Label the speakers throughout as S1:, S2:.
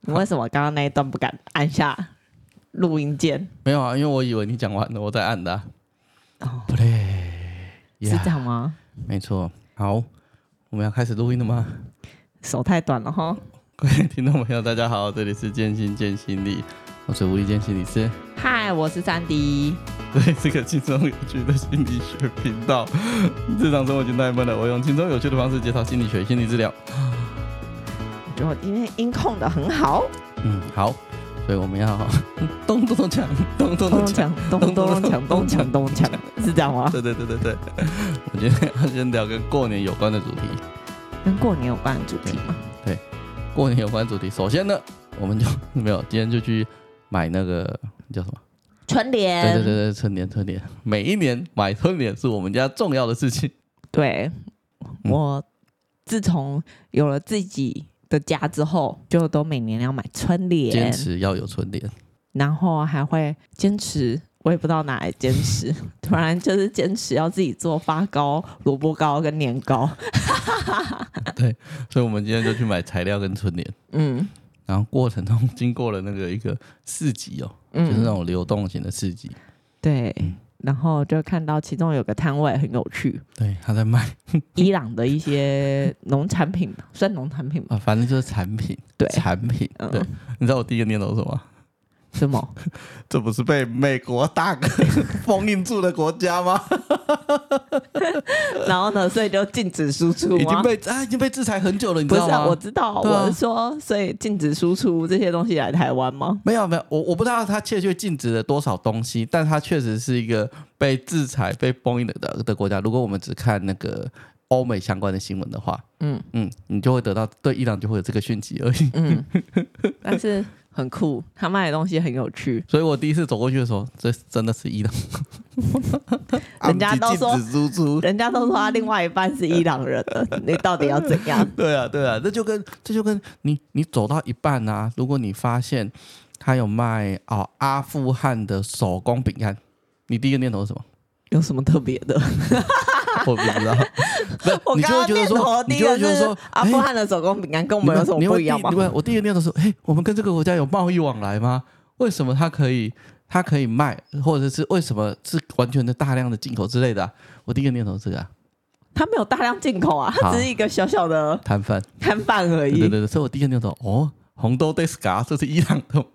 S1: 你为什么刚刚那一段不敢按下录音键？
S2: 没有啊，因为我以为你讲完了，我在按的、啊。
S1: 哦，
S2: play，
S1: 是这样吗？
S2: 没错。好，我们要开始录音了吗？
S1: 手太短了哈。
S2: 各位听众朋友，大家好，这里是建心建心理，我是吴立建心理师。
S1: 嗨，我是三 D。
S2: 对，是个轻松有趣的心理学频道。日常生活已经太闷了，我用轻松有趣的方式介绍心理学、心理治疗。
S1: 我觉得我今天音控的很好，
S2: 嗯，好，所以我们要嗯咚咚咚锵，咚
S1: 咚
S2: 咚咚锵。
S1: 锵咚咚咚锵咚锵咚锵，是这样吗？
S2: 对对对对对， 我觉得要先聊跟过年有关的主题。
S1: 跟过年有关的主题吗？
S2: 过年有关主题，首先呢，我们就 没有，今天就去买那个叫什么？
S1: 春联。
S2: 对对对对，春联春联，每一年买春联是我们家重要的事情。
S1: 对，
S2: 嗯
S1: 我自从有了自己的家之后，就都每年要买春
S2: 坚
S1: 联，
S2: 持要有春联。
S1: 然后还会坚持，我也不知道哪来坚 持，突然就是坚持要自己做发糕、萝卜糕跟年糕。
S2: 所以我们今天就去买材料跟春联，
S1: 嗯
S2: 然后过程中经过了那个一个市集哦，就是那
S1: 嗯，
S2: 种流动型的市集，
S1: 对
S2: 嗯。
S1: 然后就看到其中有个摊位很有趣，
S2: 对，他在卖
S1: 伊朗的一些农产品吧， 算农产品吧？
S2: 啊，反正就是产品，
S1: 对
S2: 产品，
S1: 嗯
S2: 对，你知道我第一个念头是什么？
S1: 什么？
S2: 这不是被美国大哥 封印住的国家吗？
S1: 然后呢？所以就禁止输出
S2: 已经
S1: 吗？
S2: 被啊，已经被制裁很久了，你
S1: 不
S2: 知
S1: 是、
S2: 道吗？
S1: 啊，我知道，
S2: 对啊
S1: 我是说，所以禁止输出这些东西来台湾吗？
S2: 没有没有，我我不知道他确切禁止了多少东西，但他确实是一个被制裁、被封印的的的国家。如果我们只看那个欧美相关的新闻的话，
S1: 嗯
S2: 嗯，你就会得到对伊朗就会有这个讯息而已。
S1: 嗯，但是很酷，他卖的东西很有趣。
S2: 所以我第一次走过去的时候，这真的是伊朗，
S1: 人家都说
S2: 禁止输出。
S1: 人家都说他另外一半是伊朗人 的，你到底要怎样？
S2: 对啊，对啊，这就跟这就跟你你走到一半啊，如果你发现他有卖哦阿富汗的手工饼干，你第一个念头是什么？
S1: 有什么特别 的？
S2: 我不知道，不是
S1: 我
S2: 你
S1: 刚
S2: 就
S1: 刚
S2: 会觉得
S1: 念头
S2: 说，
S1: 第
S2: 你
S1: 一
S2: 就
S1: 个
S2: 会觉得
S1: 是
S2: 说，
S1: 阿
S2: 哎
S1: 富汗的手工饼干跟我们有什么不一样吗
S2: 你？会第我第一个念头是，哎，我们跟这个国家有贸易往来吗？为什么它可以它可以卖，或者是为什么是完全的大量的进口之类的啊、我第一个念头是这个、啊、
S1: 他没有大量进口啊，他
S2: 好
S1: 只是一个小小的
S2: 摊贩，
S1: 摊贩而
S2: 对对
S1: 已。
S2: 对，对所以我第一个念头，哦，红豆 d e s c a 这是伊朗的吗？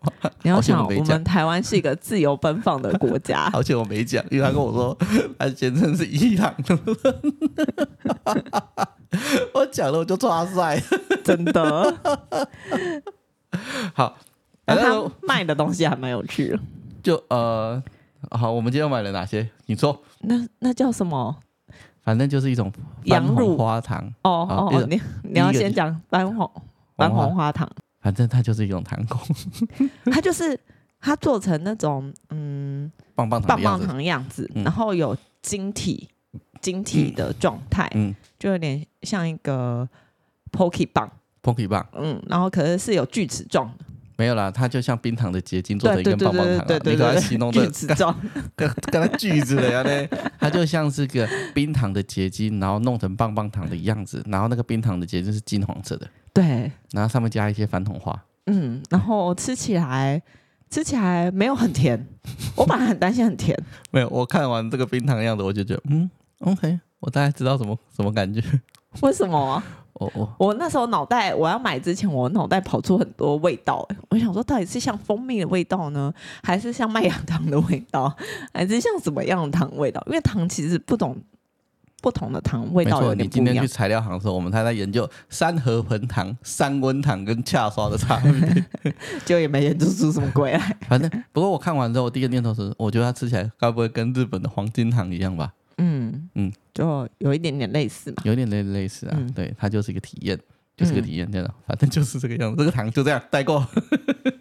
S1: 你要
S2: 好险
S1: 想，
S2: 我没
S1: 我
S2: 讲，
S1: 们，台湾是一个自由奔放的国家
S2: 而且我没讲，因为他跟我说他先生是伊朗的， 我讲了我就抓塞。
S1: 真 的。
S2: 好，
S1: 那
S2: 反正
S1: 他
S2: 哎我
S1: 卖的东西还蛮有趣的。
S2: 就呃，好，我们今天买了哪些？你说。
S1: 那那叫什么？
S2: 反正就是一种
S1: 羊
S2: 番
S1: 乳
S2: 红花糖，
S1: 哦
S2: 好
S1: 哦
S2: 第一
S1: 哦
S2: 个，
S1: 你你要
S2: 第一个
S1: 先讲番红番
S2: 红花啊
S1: 红花糖，
S2: 反正它就是一种糖 果，
S1: 它就是它做成那种嗯
S2: 棒棒糖
S1: 棒
S2: 的啊样
S1: 棒
S2: 子。
S1: 糖样子，
S2: 嗯
S1: 然后有晶体晶体的状态，
S2: 嗯
S1: 就有点像一个 pocky 棒，
S2: ，Pocky 棒
S1: 嗯，然后可是是有锯齿状的，
S2: 没有啦，它就像冰糖的结晶做成
S1: 对
S2: 一
S1: 对
S2: 根
S1: 对
S2: 棒棒
S1: 对
S2: 糖
S1: 对
S2: 啊，
S1: 对
S2: 你把它
S1: 对，
S2: 形容
S1: 锯
S2: 的
S1: 齿 状，
S2: 跟跟它锯子了呀嘞， 它就像是个冰糖的结晶，然后弄成棒棒糖的样子，然后那个冰糖的结晶是金黄色的，
S1: 对，
S2: 然后上面加一些番红花，
S1: 嗯，然后吃起来吃起来没有很甜，我本来很担心很甜，
S2: 没有，我看完这个冰糖的样子，我就觉得嗯，OK，我大概知道什么什么感觉，
S1: 为什么啊？
S2: 哦哦，
S1: 我那时候脑袋我要买之前，我脑袋跑出很多味道、欸我想说到底是像蜂蜜的味道呢，还是像麦芽糖的味道， 还是像什么样的糖味道？因为糖其实不懂不同的糖味
S2: 没
S1: 道有
S2: 错，
S1: 点
S2: 你
S1: 不
S2: 今
S1: 一
S2: 天
S1: 样
S2: 去。材料行的时候，我们还在研究三合盆糖、三温糖跟恰刷的差别。
S1: 就也没研究出什么鬼 来。
S2: 反正，不过我看完之后，我第一个念头是，我觉得它吃起来该不会跟日本的黄金糖一样
S1: 嗯
S2: 吧？
S1: 嗯
S2: 嗯，
S1: 就有一点点类似嘛。
S2: 有点类类似啊。
S1: 嗯
S2: 对，它就是一个体验，就是个
S1: 嗯
S2: 体验，真的、反正就是这个样子。这个糖就这样 带过。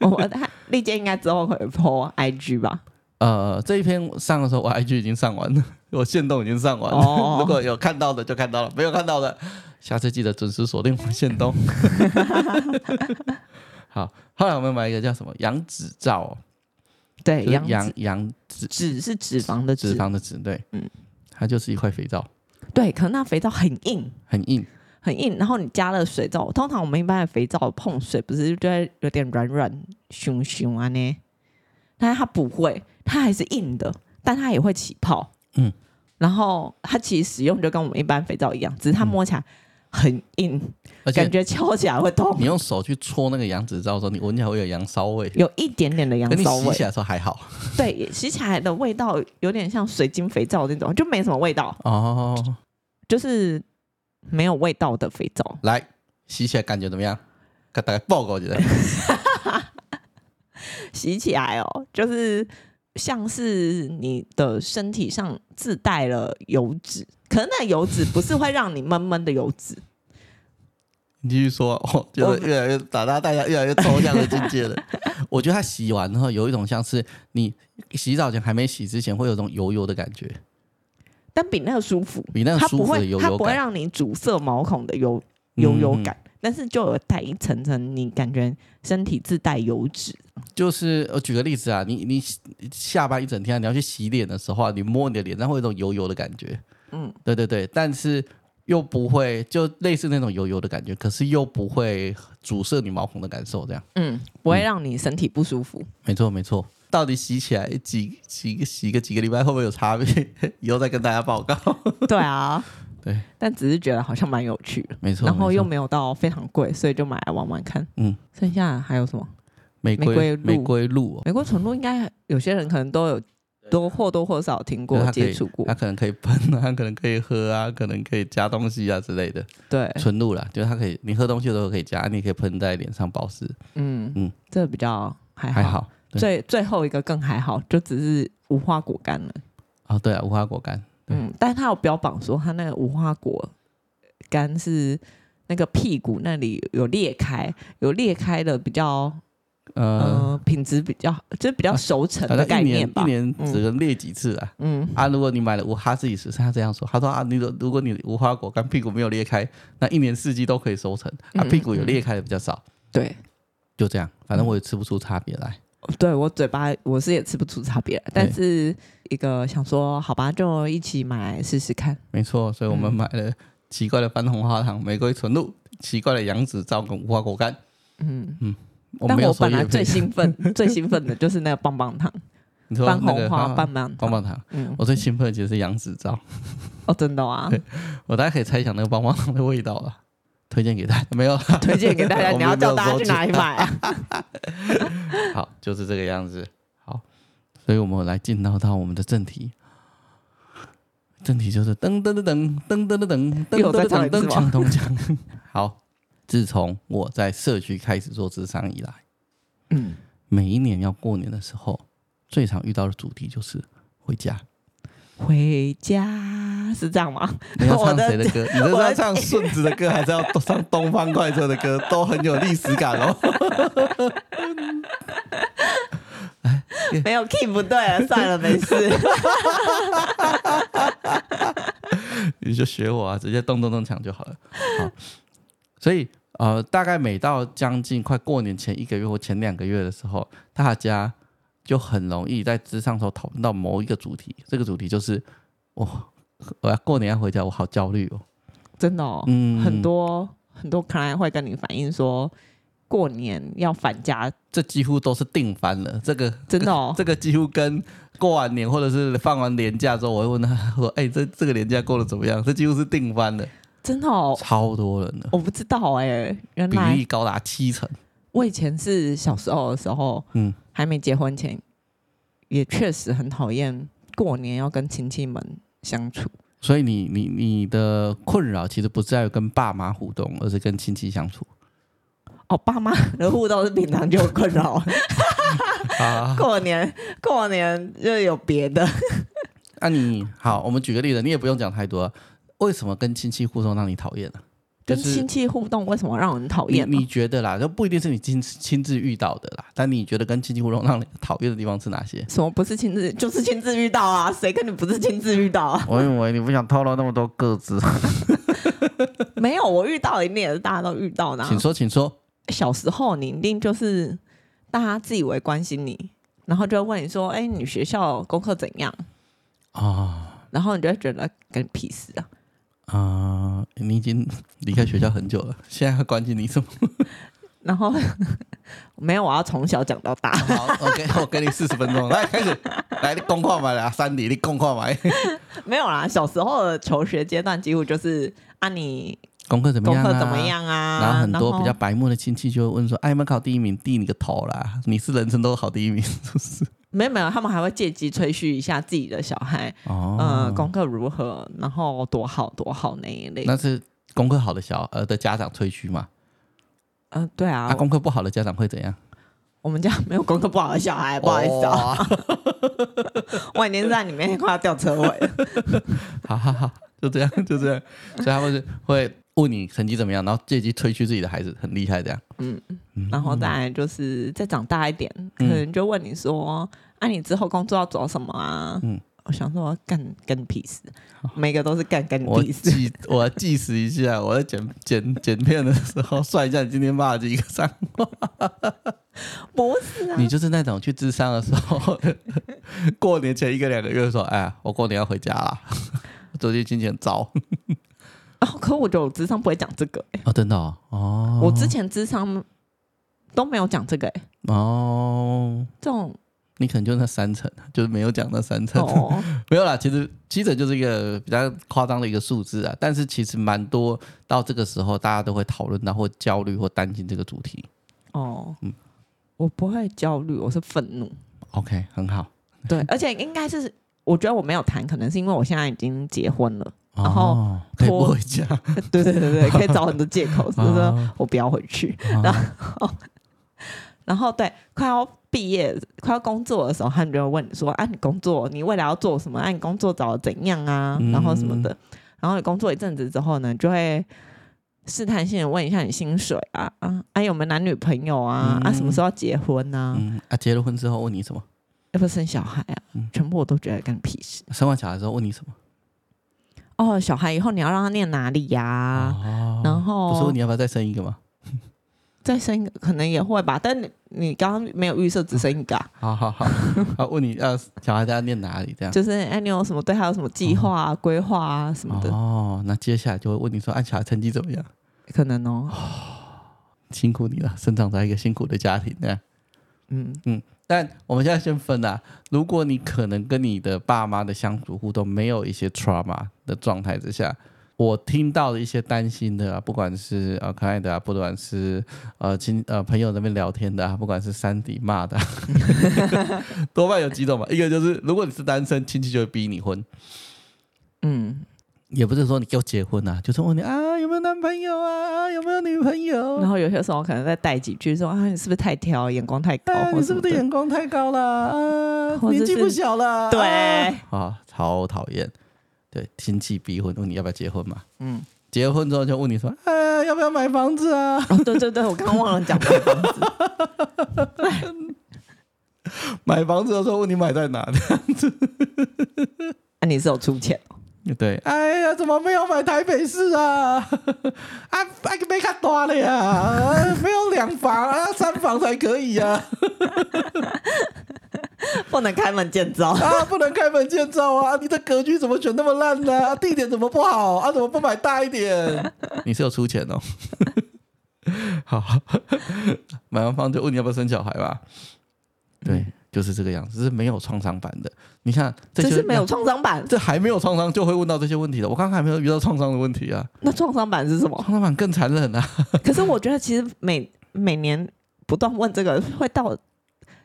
S1: 我他丽姐应该之后会 po IG 吧？
S2: 呃，这一篇上的时候，我 IG 已经上完了， 我线动已经上完了。
S1: 哦
S2: 如果有看到的就看到了，没有看到的，下次记得准时锁定我 线动。好，后来我们买一个叫什么羊脂皂哦、
S1: 对，
S2: 就是
S1: 羊
S2: 羊羊脂
S1: 脂是脂肪的脂
S2: 脂，肪的脂，对，
S1: 嗯
S2: 它就是一块肥皂，
S1: 对，可能那肥皂很硬，
S2: 很硬，
S1: 很硬，然后你加了水之后，通常我们一般的肥皂碰水不是就会有点软软熊熊啊呢，但是它不会，它还是硬的，但它也会起泡，
S2: 嗯，
S1: 然后它其实使用就跟我们一般肥皂一样，只是它摸起来很硬，
S2: 嗯而
S1: 感
S2: 且
S1: 觉敲起来会痛
S2: 你，用手去搓那个羊脂皂的时候，你闻起来会有羊骚味，
S1: 有一点点的羊
S2: 跟你
S1: 骚
S2: 洗
S1: 味
S2: 起，来的时候还好
S1: 对，洗起来的味道有点像水晶肥皂那种，就没什么味道，
S2: 哦。
S1: 就是没有味道的肥皂。
S2: 来，洗起来感觉怎么样？给大家报告一下。
S1: 洗起来哦，就是像是你的身体上自带了油脂，可能那油脂不是会让你闷闷的油脂，
S2: 你继续说，我觉得越来越打大大家越来越抽象的境界 了。我觉得它洗完后有一种像是你洗澡前还没洗之前会有种油油的感觉，
S1: 但比那个舒服，
S2: 比那个
S1: 它
S2: 舒
S1: 不
S2: 服的
S1: 会
S2: 油
S1: 它
S2: 油
S1: 不会
S2: 感。
S1: 让你阻塞毛孔的油油油
S2: 嗯
S1: 感，但是就有带一层层，你感觉身体自带油脂，
S2: 就是我举个例子啊，你你下班一整天啊、你要去洗脸的时候啊，你摸你的脸上会有一种油油的感觉，
S1: 嗯，
S2: 对对对，但是又不会就类似那种油油的感觉，可是又不会阻塞你毛孔的感受，这样
S1: 嗯，不会让你身体不舒服。
S2: 没错没错。到底洗起来几几个洗个几个礼拜会不会有差别？以后再跟大家报告。
S1: 对啊，
S2: 对，
S1: 但只是觉得好像蛮有趣的，
S2: 没错，
S1: 然后
S2: 没错
S1: 又没有到非常贵，所以就买来玩玩看。
S2: 嗯，
S1: 剩下还有什么？
S2: 玫
S1: 玫瑰
S2: 瑰
S1: 露
S2: 玫瑰露哦，
S1: 美国纯露应该有些人可能都有多或多或少听
S2: 对啊
S1: 过、
S2: 它可以
S1: 接触过
S2: 它，可能可以喷啊，它可能可以喝啊，可能可以加东西啊之类的。
S1: 对，
S2: 纯露啦，就是它可以，你喝东西的时候可以加，你也可以喷在脸上保湿，
S1: 嗯
S2: 嗯
S1: 嗯，这比较还
S2: 还
S1: 好。
S2: 好。对
S1: 最最后一个更还好，就只是无花果干了。
S2: 哦，对啊，无花果干，对
S1: 嗯，但他有标榜说他那个无花果干是那个屁股那里有裂开，有裂开的比较
S2: 呃，
S1: 呃品质比较就是比较熟成
S2: 反
S1: 呃的
S2: 正
S1: 概
S2: 一
S1: 念
S2: 年
S1: 吧
S2: 一。年
S1: 嗯
S2: 只能裂几次啊。
S1: 嗯，
S2: 啊，如果你买了无，他自己是他这样说，他说啊，你如如果你无花果干屁股没有裂开，那一年四季都可以收成啊，
S1: 嗯
S2: 屁股有
S1: 嗯
S2: 裂开的比较少，
S1: 对，
S2: 就这样，反正我也吃不出差别来。
S1: 嗯对我嘴巴我是也吃不出差别来，但
S2: 对
S1: 是一个想说好吧，就一起买来试试看。
S2: 没错，所以我们
S1: 嗯
S2: 买了奇怪的番红花糖、玫瑰纯露、奇怪的杨子皂跟无花果干。
S1: 嗯，
S2: 我
S1: 但
S2: 没有
S1: 我
S2: 说
S1: 本来
S2: 也
S1: 最
S2: 配，
S1: 兴奋、最兴奋的就是那个棒棒糖、
S2: 你说
S1: 番
S2: 啊那个
S1: 红花棒棒
S2: 棒
S1: 糖。
S2: 棒糖，
S1: 嗯，
S2: 我最兴奋的其实是杨子皂，
S1: 哦，真的啊，
S2: 我大家可以猜想那个棒棒糖的味道了。推荐给大家，没有啦，
S1: 推荐给大家，
S2: 我们
S1: 你要
S2: 没有
S1: 叫大家
S2: 收
S1: 去
S2: 钱
S1: 哪里买啊？
S2: 好，就是这个样子。好，所以我们来进到到我们的正题。正题就是噔噔噔噔噔噔噔噔噔
S1: 又有再
S2: 噔
S1: 唱
S2: 噔
S1: 一次
S2: 噔
S1: 吗
S2: 锵咚锵。 好，自从我在社区开始做智商以来，
S1: 嗯，
S2: 每一年要过年的时候，最常遇到的主题就是回 家。
S1: 回家是这样吗？
S2: 你要
S1: 我
S2: 唱
S1: 的
S2: 谁的歌？你这是
S1: 我的
S2: 要唱顺子的歌，还是要唱东方快车的歌？都很有历史感哦。
S1: 没有 key 不对了，算了，没 事。
S2: 你就学我啊，直接咚咚咚抢就好了。好，所以呃，大概每到将近快过年前一个月或前两个月的时候，大家就很容易在职场头讨论到某一个主题，这个主题就是我、我要过年要回家，我好焦虑哦。
S1: 真的哦，
S2: 嗯
S1: 很多很多 client 会跟你反映说，过年要返家，
S2: 这几乎都是定番了。这个
S1: 真的哦
S2: 这个几乎跟过完年或者是放完年假之后，我会问他说：“哎、这这个年假过得怎么样？”这几乎是定番了，
S1: 真的哦，
S2: 超多人了，
S1: 我不知道哎，原
S2: 比
S1: 来
S2: 例高达七成。
S1: 我以前是小时候的时候，
S2: 嗯
S1: 嗯，还没结婚前，也确实很讨厌过年要跟亲戚们相处。
S2: 所以你你你的困扰其实不是在于跟爸妈互动，而是跟亲戚相处
S1: 哦，爸妈的 互动是平常就有困扰，
S2: 啊。
S1: 过年过年就有别 的。
S2: 那、你好，我们举个例子，你也不用讲太多。为什么跟亲戚互动让你讨厌呢、就
S1: 跟
S2: 是
S1: 亲戚互动为什么让人讨
S2: 你
S1: 厌呢？
S2: 你觉得啦，就不一定是你亲亲自遇到的啦，但你觉得跟亲戚互动让你讨厌的地方是哪些？
S1: 什么不是亲自就是亲自遇到啊？ 谁跟你不是亲自遇到啊？
S2: 我以为你不想透露那么多个子，
S1: 没有，我遇到一定也是大家都遇到的啊、
S2: 请说，请说。
S1: 小时候你一定就是大家自以为关心你，然后就会问你说：“哎、你学校功课怎样？”
S2: 啊、
S1: 哦然后你就会觉得跟你屁事啊，
S2: 啊、你已经离开学校很久了，现在要关心你什么？
S1: 然后 没有，我要从小讲到 大。
S2: 好，OK，我给你四十分钟，来开始，来你公话嘛，啦，三弟，你公话嘛，
S1: 没有啦，小时候的求学阶段几乎就是啊，你
S2: 功课怎么
S1: 功
S2: 样、啊？
S1: 课怎么？样啊？
S2: 然后很多比较白目的亲戚就会问说：“哎，有没有考第一名？第你个头啦！你是人生都考第一名，是不是
S1: 没有没有，他们还会借机吹嘘一下自己的小孩，？”
S2: 哦，
S1: 呃，功课如何，然后多好多好那一类。
S2: 那是功课好的小呃的家长吹嘘嘛。
S1: 嗯、对啊，
S2: 啊，功课不好的家长会怎样？
S1: 我们家没有功课不好的小孩，不好意思啊，
S2: 哦，
S1: 我已经在里面快要掉车尾了。
S2: 好好好，就这样就这样，所以他们是会问你成绩怎么样，然后借机吹嘘自己的孩子很厉害这样。
S1: 然
S2: 嗯
S1: 后再来就是再长大一点，可能就问你说，啊，你之后工作要做什么啊？
S2: 嗯哦
S1: 我想说干干屁事，每个都是干干
S2: 我
S1: 屁事。
S2: 计我计时一下，我在剪剪剪片的时候算一下你今天骂了几个脏话。
S1: 不是啊，
S2: 你就是那种去智商的时候， 过年前一个两个月说：“哎，我过年要回家啦， 最近心情很糟。
S1: 哦，可我觉得我智商不会讲这个、欸”
S2: 哦，真的哦，哦
S1: 我之前智商都没有讲这个、欸，
S2: 哦，
S1: 这 种
S2: 你可能就那三层，就是没有讲那三层。
S1: 哦，
S2: 没有啦，其实七成就是一个比较夸张的一个数字啊，但是其实蛮多到这个时候，大家都会讨论到或焦虑或担心这个主题。
S1: 哦，
S2: 嗯
S1: 我不会焦虑，我是愤怒。
S2: OK，很好。
S1: 对，而且应该是，我觉得我没有谈，可能是因为我现在已经结婚了。 然后
S2: 哦可以不
S1: 拖
S2: 回家，
S1: 对对对对，可以找很多借口，是不是
S2: 哦？
S1: 我不要回去。然
S2: 啊
S1: 后， 然后对，快要毕业、快要工作的时候，他们就会问你说：“啊，你工作，你未来要做什么？啊，你工作找的怎样啊？
S2: 嗯
S1: 然后什么的。然后你工作一阵子之后呢，就会试探性的问一下你薪水啊啊啊，有没有男女朋友啊、啊，
S2: 嗯
S1: 什么时候要结婚啊？
S2: 嗯啊，结了婚之后问你什么？
S1: 要不要生小孩啊？
S2: 嗯
S1: 全部我都觉得干屁事。
S2: 生完小孩之后问你什么？
S1: 哦，小孩以后你要让他念哪里呀、
S2: 哦
S1: 然后
S2: 不是问你要不要再生一个吗？
S1: 再生一个可能也会吧，但你你刚刚没有预设只生一个、啊，
S2: 好好好， 好问你要小孩在念哪里这样。
S1: 就是哎，你有什么对他有什么计划啊、规划啊什么的，
S2: 哦，那接下来就会问你说，哎，小孩成绩怎么样？
S1: 可能哦，
S2: 辛苦你了，生长在一个辛苦的家庭这样。
S1: 嗯，
S2: 但我们现在先分啊，如果你可能跟你的爸妈的相处互动没有一些 trauma 的状态之下，我听到的一些担心的、啊，不管是呃可爱的啊，不管是呃亲呃朋友那边聊天的啊，不管是山迪骂的啊、 多半有几种吧。一个就是如果你是单身，亲戚就会逼你婚，
S1: 嗯，
S2: 也不是说你给我结婚啊，就是问你啊有没有男朋友啊，啊有没有女朋友，
S1: 然后有些时候可能再带几句说啊，你是不是太挑，眼光太高，
S2: 啊，
S1: 或
S2: 你
S1: 什
S2: 是
S1: 么
S2: 不
S1: 的
S2: 是眼光太高了？啊，
S1: 或者
S2: 年纪不
S1: 是
S2: 小了。
S1: 对
S2: 啊，啊超讨厌。对，亲戚逼婚，问你要不要结婚嘛？
S1: 嗯，
S2: 结婚之后就问你说，哎，要不要买房子啊？
S1: 哦，对对对，我刚刚忘了 讲，
S2: 买房子的时候问你买在哪里？
S1: 那、啊你是有出钱哦，
S2: 对，哎呀，怎么没有买台北市啊？ 啊，啊，没看多了呀，啊没有两房啊，三房才可以呀、啊。
S1: 不能开门见 招，
S2: 啊，不能开门见照啊！你的格局怎么选那么烂呢、啊？地点怎么不好啊？怎么不买大一点？你是有出钱哦。 好， 买完房就问你要不要生小孩吧。对，就是这个样子，这是没有创伤版的。你看，
S1: 这
S2: 就是
S1: 没有，创伤版。
S2: 这还没有创伤就会问到这些问题的。我刚刚还没有遇到创伤的问题啊，
S1: 那创伤版是什么？
S2: 创伤版更残忍啊！
S1: 可是我觉得其实每每年不断问这个，会到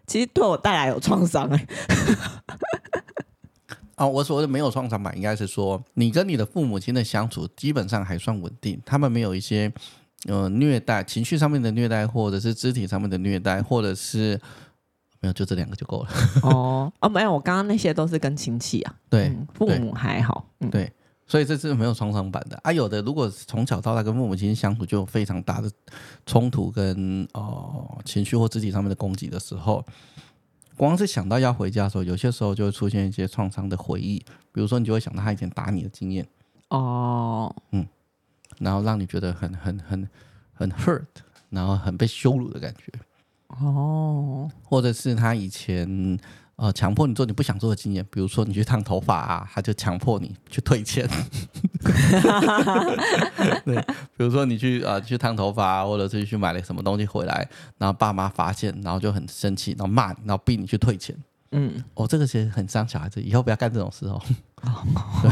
S1: 其实对我带来有创伤哎、
S2: 啊、我所谓的没有创伤吧，应该是说你跟你的父母亲的相处基本上还算稳定，他们没有一些呃虐待、情绪上面的虐待，或者是肢体上面的虐待，或者是没有，就这两个就够了。
S1: 哦 哦，没有，我刚刚那些都是跟亲戚啊，
S2: 对、
S1: 嗯父母还好，嗯
S2: 对，所以这是没有创伤版的啊。有的如果从小到大跟父母亲相处就有非常大的冲突跟哦、呃情绪或肢体上面的攻击的时候，光是想到要回家的时候，有些时候就会出现一些创伤的回忆，比如说你就会想到他以前打你的经验。
S1: 哦，
S2: 然后让你觉得很很很很 hurt，然后很被羞辱的感觉，
S1: 哦，
S2: 或者是他以前呃强迫你做你不想做的经验，比如说你去烫头发啊，他就强迫你去退钱。 对，比如说你去啊、呃去烫头发、啊，或者是去买了什么东西回来，然后爸妈发现，然后就很生气，然后骂你，然后逼你去退钱。
S1: 嗯，
S2: 哦，这个其实很伤小孩子，以后不要干这种事哦。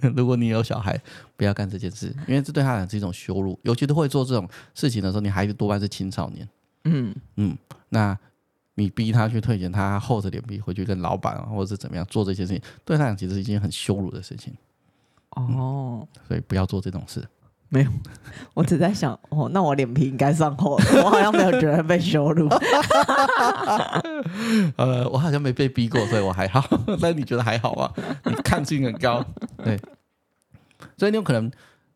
S2: 对，如果你有小孩，不要干这件事，因为这对他来讲是一种羞辱。尤其是会做这种事情的时候，你孩子多半是青少年。
S1: 嗯，
S2: 嗯，那你逼他去退钱，他厚着脸皮回去跟老板啊或者是怎么样做这些事情，对他来讲其实是一件很羞辱的事情，
S1: 哦，
S2: 所以不要做这种事。
S1: 我只在想，哦，那我脸皮应该算厚了， 我好像没有觉得被羞辱。
S2: 呃，我好像没被逼过，所以我还好。 那你觉得还好吗？你抗性很高，对，所以你有可能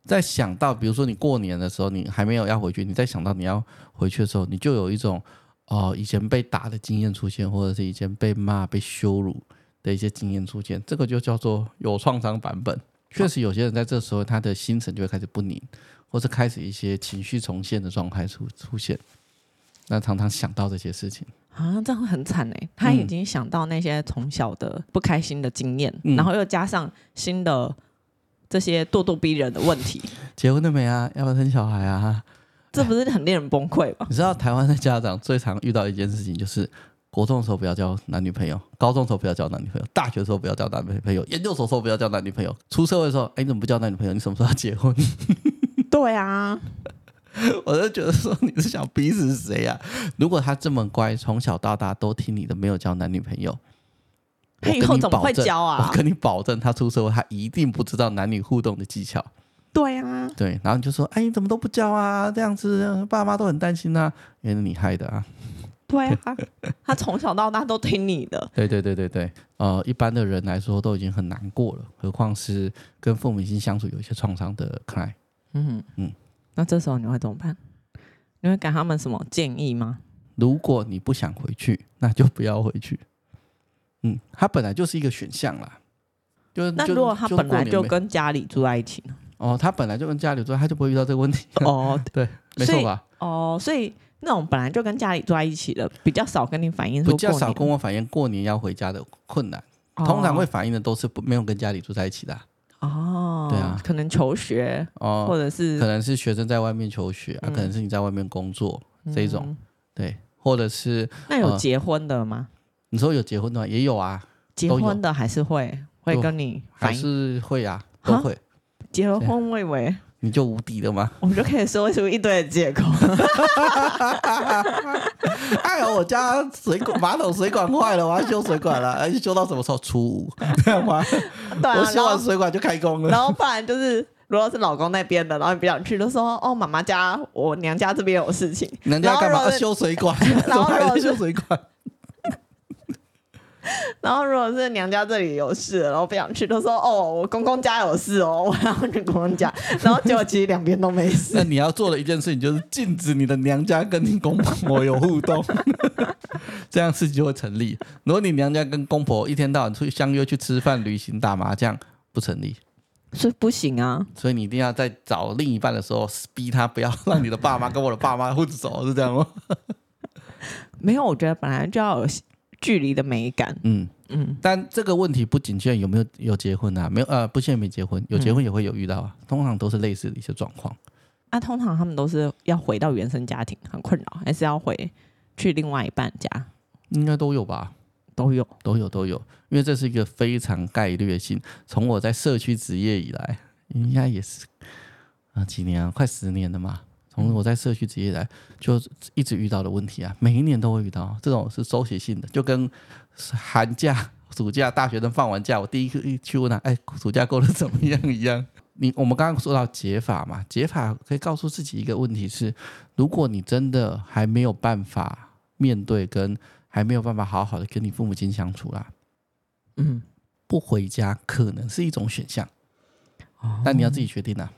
S2: 在想到，比如说你过年的时候，你还没有要回去，你在想到你要回去的时候，你就有一种哦、以前被打的经验出现，或者是以前被骂、被羞辱的一些经验出现，这个就叫做有创伤版本。确实，有些人在这时候他的心神就会开始不宁，或是开始一些情绪重现的状态出出现。那常常想到这些事情，
S1: 啊，这样会很惨哎、他已经想到那些从小的不开心的经验，
S2: 嗯
S1: 然后又加上新的这些咄咄逼人的问 题，
S2: 结婚了没啊？要不要生小孩啊？
S1: 这不是很令人崩溃吗？
S2: 你知道台湾的家长最常遇到一件事情就是，国中的时候不要交男女朋友，高中的时候不要交男女朋友，大学的时候不要交男女朋友，研究所的时候不要交男女朋友，出社会的时候，哎，你怎么不交男女朋友？你什么时候要结婚？
S1: 对啊，
S2: 我就觉得说你是想逼死谁啊？如果他这么乖，从小到大都听你的，没有交男女朋友，我
S1: 他
S2: 跟
S1: 以后
S2: 你
S1: 怎么
S2: 保
S1: 会
S2: 证
S1: 交啊
S2: 我？跟你保证，他出社会他一定不知道男女互动的技巧。
S1: 对啊，
S2: 对，然后你就说，哎，你怎么都不交啊？这样子，爸妈都很担心啊，原来是你害的啊。
S1: 对啊， 他从小到大都听你的，
S2: 对对对对对，呃，一般的人来说都已经很难过了，何况是跟父母已经相处有一些创伤的 client。
S1: 嗯
S2: 嗯
S1: 嗯，那这时候你会怎么办？你会给他们什么建议吗？
S2: 如果你不想回去，那就不要回去。嗯，它本来就是一个选项啦。就是
S1: 那
S2: 就
S1: 如果他
S2: 是
S1: 本
S2: 过
S1: 来
S2: 年
S1: 就
S2: 没
S1: 跟家里住在一起呢？
S2: 哦，他本来就跟家里住，他就不会遇到这个问题，
S1: 哦
S2: 没
S1: 所
S2: 错
S1: 以
S2: 吧？
S1: 哦，所以那种本来就跟家里住在一起的，比较少跟你反映说
S2: 比
S1: 过
S2: 较少
S1: 年
S2: 跟我反映过年要回家的困难，通常会
S1: 哦
S2: 反映的都是不没有跟家里住在一起的啊、
S1: 哦，
S2: 对啊
S1: 可能求学
S2: 哦，
S1: 或者是
S2: 可能是学生在外面求学，啊，
S1: 嗯
S2: 可能是你在外面工作，这一种
S1: 嗯
S2: 对，或者是
S1: 那有
S2: 呃
S1: 结婚的吗？
S2: 你说有结婚的吗也有啊，
S1: 结
S2: 都有
S1: 婚的还是会会
S2: 都
S1: 跟你
S2: 还
S1: 反映
S2: 是会啊，
S1: 哈
S2: 都会。
S1: 结了婚，我以为
S2: 你就无敌了吗？
S1: 我们就可以说出一堆的借口。
S2: 哎呦，我家水管马桶水管坏了，我要修水管了，哎，修到什么时候？初 五，这样吗？
S1: 对啊
S2: 我，修
S1: 然
S2: 完
S1: 后
S2: 水管就开工了。
S1: 然后不然就是。如果是老公那边的，然后你不想去，就说哦，妈妈家我娘家这边有事情，
S2: 人家干嘛、
S1: 然后如
S2: 啊、
S1: 果
S2: 修水 管？
S1: 然后
S2: 怎么还
S1: 如果
S2: 在
S1: 是
S2: 修水管？
S1: 然后如果是娘家这里有事，然后不想去，就说哦，我公公家有事哦，我要去公公家，然后结果其实两边都没事
S2: 那。你要做的一件事情就是禁止你的娘家跟你公婆有互动， 这样事情就会成立。如果你娘家跟公婆一天到晚出去相约去吃饭、旅行、打麻将，不成立。
S1: 所以不行啊，
S2: 所以你一定要在找另一半的时候，逼他不要 让你的爸妈跟我的爸妈混熟，是这样吗？
S1: 没有，我觉得本来就要有距离的美感。
S2: 嗯，
S1: 嗯，
S2: 但这个问题不仅限有没有有结婚啊，没有呃，不限没结婚，有结婚也会有遇到啊，通常都是类似的一些状况。
S1: 那、啊通常他们都是要回到原生家庭，很困扰，还是要回去另外一半家
S2: 应该都有吧，
S1: 都有。
S2: 都有都有，因为这是一个非常概率性。从我在社区职业以来，应该也是啊、几年啊，快十年了嘛。从我在社区职业以来，就一直遇到的问题啊，每一年都会遇到。这种是周期性的，就跟寒假、暑假、大学生放完假，我第一个去问他，哎，暑假过得怎么样一样。你我们刚刚说到解法嘛，解法可以告诉自己一个问题是：如果你真的还没有办法面对跟还没有办法好好的跟你父母亲相处啦，
S1: 嗯，
S2: 不回家可能是一种选项，
S1: 哦
S2: 但你要自己决定啊。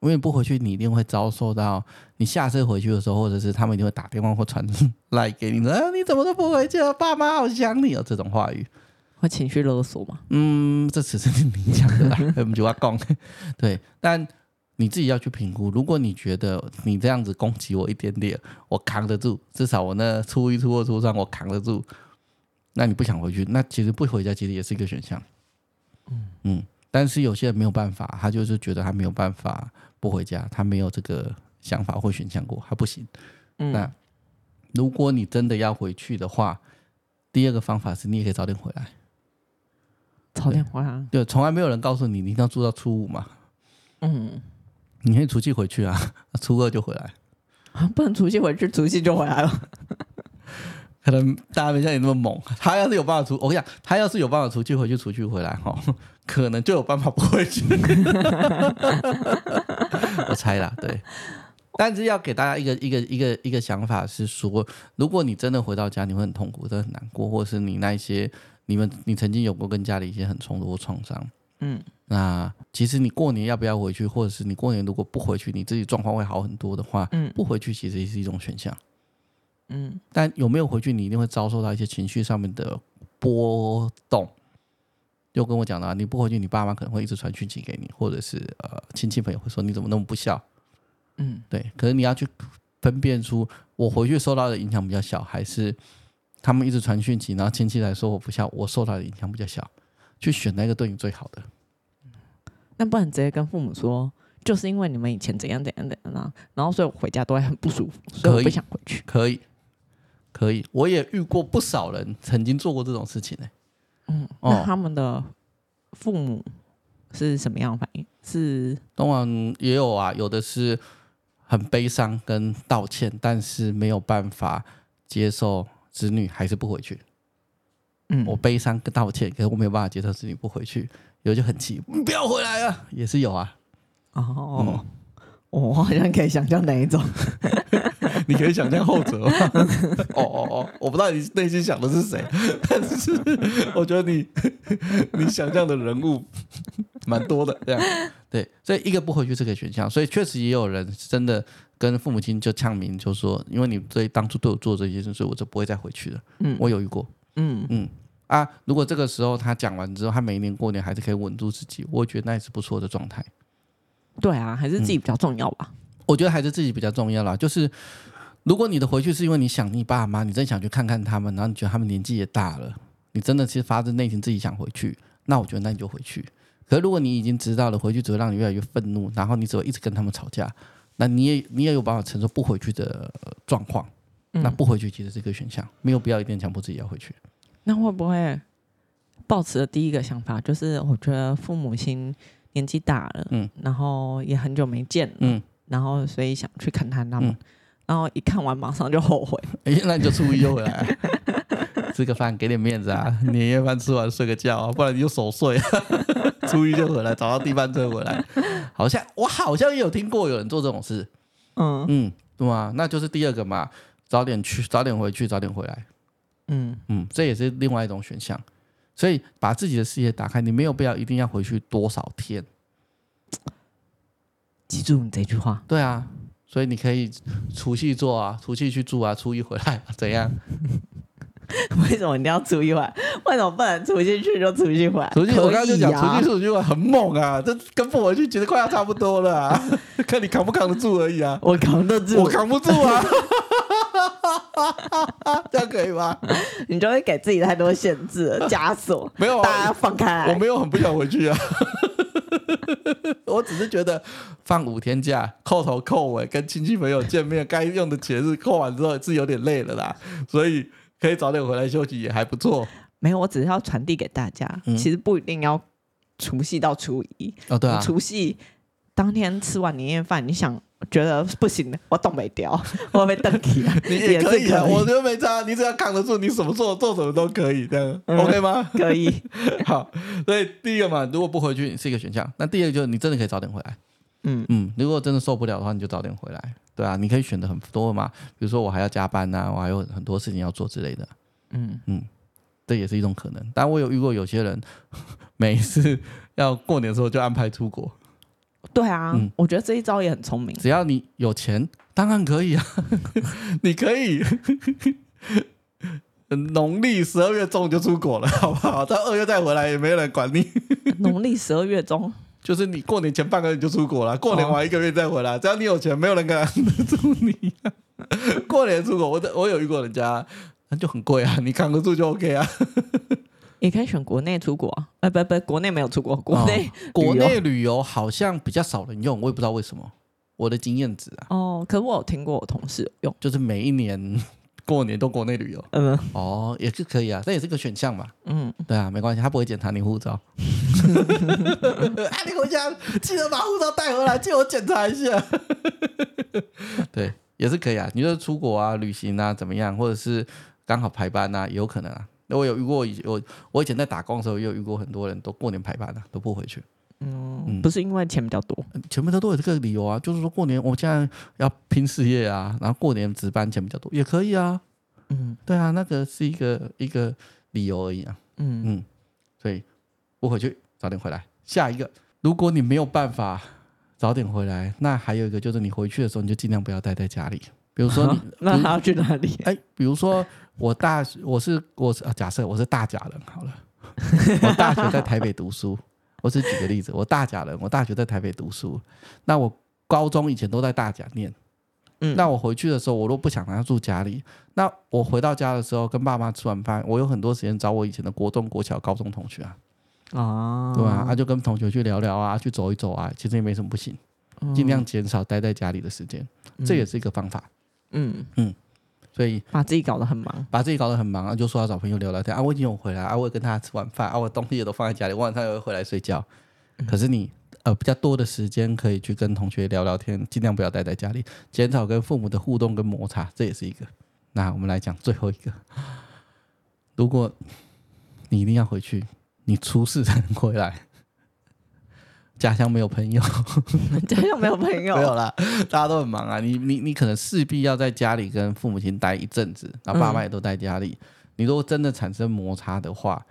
S2: 因为不回去，你一定会遭受到你下次回去的时候，或者是他们一定会打电话或传 来给你说：“啊，你怎么都不回去啊？爸妈好想你哦。”这种话语，
S1: 会情绪勒索嘛？嗯
S2: 嗯，这只是你讲的啦，我们就要讲。对，但你自己要去评估。如果你觉得你这样子攻击我一点点，我扛得住，至少我那初一、初二、初三我扛得住，那你不想回去，那其实不回家其实也是一个选项。嗯但是有些人没有办法，他就是觉得他没有办法不回家，他没有这个想法或选项过，他不行。那
S1: 嗯，
S2: 如果你真的要回去的话，第二个方法是你也可以早点回来。
S1: 早点回来。
S2: 对，从来没有人告诉你你一定要住到初五嘛，
S1: 嗯，
S2: 你可以除夕回去啊， 初二就回来。
S1: 啊不能除夕回去，除夕就回来了。
S2: 可能大家没像你那么猛。 他要是有办法出，我跟你讲，他要是有办法出去回去出去回来哈， 可能就有办法不回去。 我猜啦，对。但是要给大家一个一个一个一个想法是说，如果你真的回到家，你会很痛苦，真的很难过，或者是你那一些你们你曾经有过跟家里一些很冲突或创伤，
S1: 嗯，
S2: 那其实你过年要不要回去，或者是你过年如果不回去，你自己状况会好很多的话，
S1: 嗯
S2: 不回去其实也是一种选项。
S1: 嗯
S2: 但有没有回去，你一定会遭受到一些情绪上面的波动。又跟我讲了、你不回去，你爸妈可能会一直传讯息给你，或者是呃亲戚朋友会说你怎么那么不孝？
S1: 嗯
S2: 对，可是你要去分辨出我回去受到的影响比较小，还是他们一直传讯息，然后亲戚来说我不孝，我受到的影响比较小，去选那个对你最好的。
S1: 那不然直接跟父母说，就是因为你们以前怎样怎样怎样啊，然后所以我回家都会很不舒服，所以
S2: 可
S1: 我
S2: 以
S1: 不想回去。
S2: 可以，可以，我也遇过不少人曾经做过这种事情呢、欸
S1: 嗯，
S2: 哦
S1: 那他们的父母是什么样的反应？是
S2: 当然也有啊，有的是很悲伤跟道歉，但是没有办法接受子女还是不回去。
S1: 嗯，
S2: 我悲伤跟道歉，可是我没有办法接受子女不回去，有就很气，你不要回来啊，也是有啊。嗯
S1: 哦、我好像可以想象哪一种。
S2: 你可以想象后者吗？ 哦哦哦，我不知道你内心想的是谁， 但是我觉得你 你想象的人物蛮多的，这样对，所以一个不回去这个选项，所以确实也有人真的跟父母亲就呛明，就说因为你对当初对我做这些事，所以我就不会再回去了。
S1: 嗯
S2: 我有遇过
S1: 嗯
S2: 啊，如果这个时候他讲完之后，他每一年过年还是可以稳住自己，我觉得那也是不错的状态。
S1: 对啊，还是自己比较重要吧。
S2: 我觉得还是自己比较重要啦。就是如果你的回去是因为你想你爸妈，你真想去看看他们，然后你觉得他们年纪也大了，你真的是发自内心自己想回去，那我觉得那你就回去。可是如果你已经知道了，回去只会让你越来越愤怒，然后你只会一直跟他们吵架，那你也你也有办法承受不回去的呃状况。
S1: 嗯
S2: 那不回去其实是一个选项，没有必要一定强迫自己要回去。
S1: 那会不会抱持的第一个想法就是，我觉得父母亲年纪大了，
S2: 嗯
S1: 然后也很久没见了，
S2: 嗯，
S1: 然后所以想去看看他们，
S2: 嗯
S1: 然后一看完马上就后悔。
S2: 哎，那你就初一就回来啊、 吃个饭，给点面子啊！年夜饭吃完睡个觉啊，不然你就守岁、啊。 初一就回来，找到地班车回来。好像我好像也有听过有人做这种事，
S1: 嗯
S2: 嗯，对吗？那就是第二个嘛，早点去，早点回去，早点回来，
S1: 嗯
S2: 嗯，这也是另外一种选项。所以把自己的视野打开，你没有必要一定要回去多少天，
S1: 记住你这句话，
S2: 对啊。所以你可以除夕做啊，除夕去住啊，初一回来、啊、怎样？
S1: 为什么一定要出一晚？为什么不能除夕去就除夕回来？
S2: 除夕，我刚刚就讲，除夕
S1: 去，
S2: 出去玩很猛啊，这跟不回去其实快要差不多了、啊， 看你扛不扛得住而已啊。
S1: 我扛得住
S2: 我，扛不住啊， 这样可以吗？
S1: 你就会给自己太多限制了枷锁。
S2: 没有
S1: 大家
S2: 啊，
S1: 放开
S2: 我
S1: 来，
S2: 没有很不想回去啊，我只是觉得放五天假，扣头扣尾，跟亲戚朋友见面，该用的节日扣完之后是有点累了啦，所以可以早点回来休息也还不错。
S1: 没有，我只是要传递给大家，
S2: 嗯
S1: 其实不一定要除夕到初一，
S2: 哦，对
S1: 你除夕当天吃完年夜饭，你想觉得不行了，我冻没掉，我被瞪起来，
S2: 你也
S1: 是
S2: 可以啊，
S1: 可以
S2: 我觉得没差，你只要扛得住，你什么做做什么都可以，这样、
S1: 嗯
S2: OK 吗？
S1: 可以，
S2: 好，所以第一个嘛，如果不回去是一个选项，那第二个就是你真的可以早点回来。
S1: 嗯
S2: 嗯，如果真的受不了的话，你就早点回来。对啊，你可以选择很多嘛，比如说我还要加班呐、我还有很多事情要做之类的，
S1: 嗯，
S2: 这也是一种可能。但我有遇过有些人， 每一次要过年的时候就安排出国，
S1: 对啊，
S2: 嗯
S1: 我觉得这一招也很聪 明，
S2: 只要你有钱，当然可以啊， 你可以。农历十二月中就出国了，好不好？到二月再回来也没人管你。
S1: 农历十二月中，
S2: 就是你过年前半个月你就出国了，过年完一个月再回来，只 要你有钱，没有人敢拦得住你、过年出国，我我有遇过人家，那就很贵啊，你扛得住就 OK 啊。
S1: 也可以选国内出国啊，呃不不，国内没有出国，
S2: 哦
S1: 国内
S2: 国
S1: 旅游
S2: 内旅游好像比较少人用，我也不知道为什么。我的经验值啊，
S1: 哦。可是我有听过我同事有用，
S2: 就是每一年 过年都国内旅游
S1: 嗯
S2: 哦，也是可以啊，这也是个选项嘛。
S1: 嗯，
S2: 对啊，没关系，他不会检查你护 照。啊，你回家记得把护照带回来，借我检查一下。 对，也是可以啊。你就出国啊、旅行啊，怎么样，或者是刚好排班啊，也有可能啊。那我有遇过以，我我以前在打工的时候，也有遇过很多人都过年排班啊，都不回去，嗯
S1: 不是因为钱比较多，
S2: 前面都都有这个理由啊，就是说过年我现在要拼事业啊，然后过年值班钱比较多，也可以啊。
S1: 嗯
S2: 对啊，那个是一个一个理由而已啊。
S1: 嗯，
S2: 嗯，所以不回去，早点回来。下一个，如果你没有办法早点回来，那还有一个就是你回去的时候你就尽量不要待在家里。比如说 你，
S1: 那他要去哪里？
S2: 哎、比如说我大我是我是、啊、假设我是大甲人好了，我大学在台北读书，我只举个例子，我大甲人，我大学在台北读书，那我高中以前都在大甲念。
S1: 嗯
S2: 那我回去的时候，我都不想让他住家里。那我回到家的时候，跟爸妈吃完饭，我有很多时间找我以前的国中、国小、高中同学啊，
S1: 啊
S2: 对啊，啊，就跟同学去聊聊啊，去走一走啊，其实也没什么不行，啊尽量减少待在家里的时间，这也是一个方法。
S1: 嗯，
S2: 所以
S1: 把自己搞得很 忙，
S2: 把自己搞得很忙，啊就说要找朋友聊聊天啊，我已经有回来啊，我也跟他吃完饭啊，我东西也都放在家里，晚上也会回来睡觉。可是你呃比较多的时间可以去跟同学聊聊天，尽量不要待在家里，减少跟父母的互动跟摩擦，这也是一个。那我们来讲最后一个，如果你一定要回去，你出事才能回来，家乡没有朋友。
S1: 家又没有朋友，
S2: 没有啦，大家都很忙啊。你你你可能势必要在家里跟父母亲待一阵子，然后爸妈也都待家里。你如果真的产生摩擦的话，